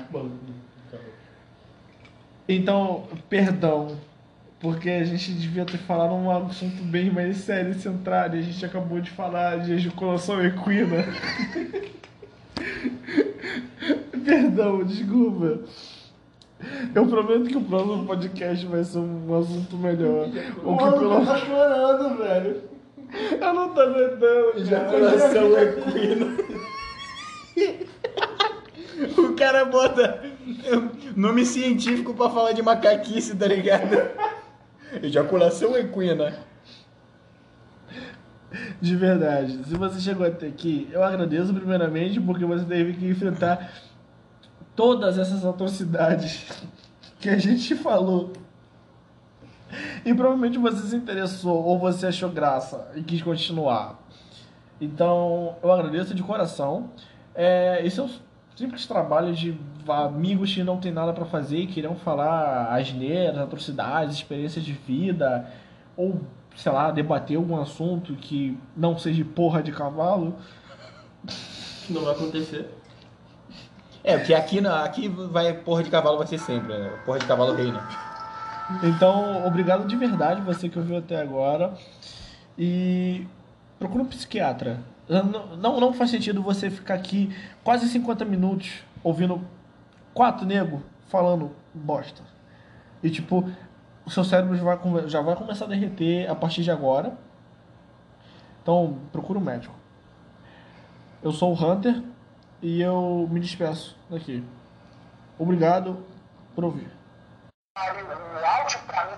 Então, perdão. Porque a gente devia ter falado um assunto bem mais sério e centrado. E a gente acabou de falar de ejaculação equina. perdão, desculpa. Eu prometo que o próximo podcast vai ser um assunto melhor. Ou que pelo
tá chorando, velho.
Eu não tô aguentando. cara.
Ejaculação equina.
O cara bota nome científico pra falar de macaquice, tá ligado? Ejaculação equina.
De verdade, se você chegou até aqui, eu agradeço primeiramente porque você teve que enfrentar todas essas atrocidades que a gente falou. E provavelmente você se interessou ou você achou graça e quis continuar. Então, eu agradeço de coração. É, esse é um simples trabalho de amigos que não tem nada pra fazer e queriam falar asneiras, atrocidades, experiências de vida, ou, sei lá, debater algum assunto que não seja porra de cavalo.
Não vai acontecer.
É, porque aqui, na- aqui vai porra de cavalo vai ser sempre, né? Porra de cavalo reina.
Então, obrigado de verdade você que ouviu até agora. E procura um psiquiatra. Não, não, não faz sentido você ficar aqui quase 50 minutos ouvindo quatro nego falando bosta. E tipo, o seu cérebro já vai, come- já vai começar a derreter a partir de agora. Então, procura um médico. Eu sou o Hunter e eu me despeço daqui. Obrigado por ouvir.
O áudio pra mim tá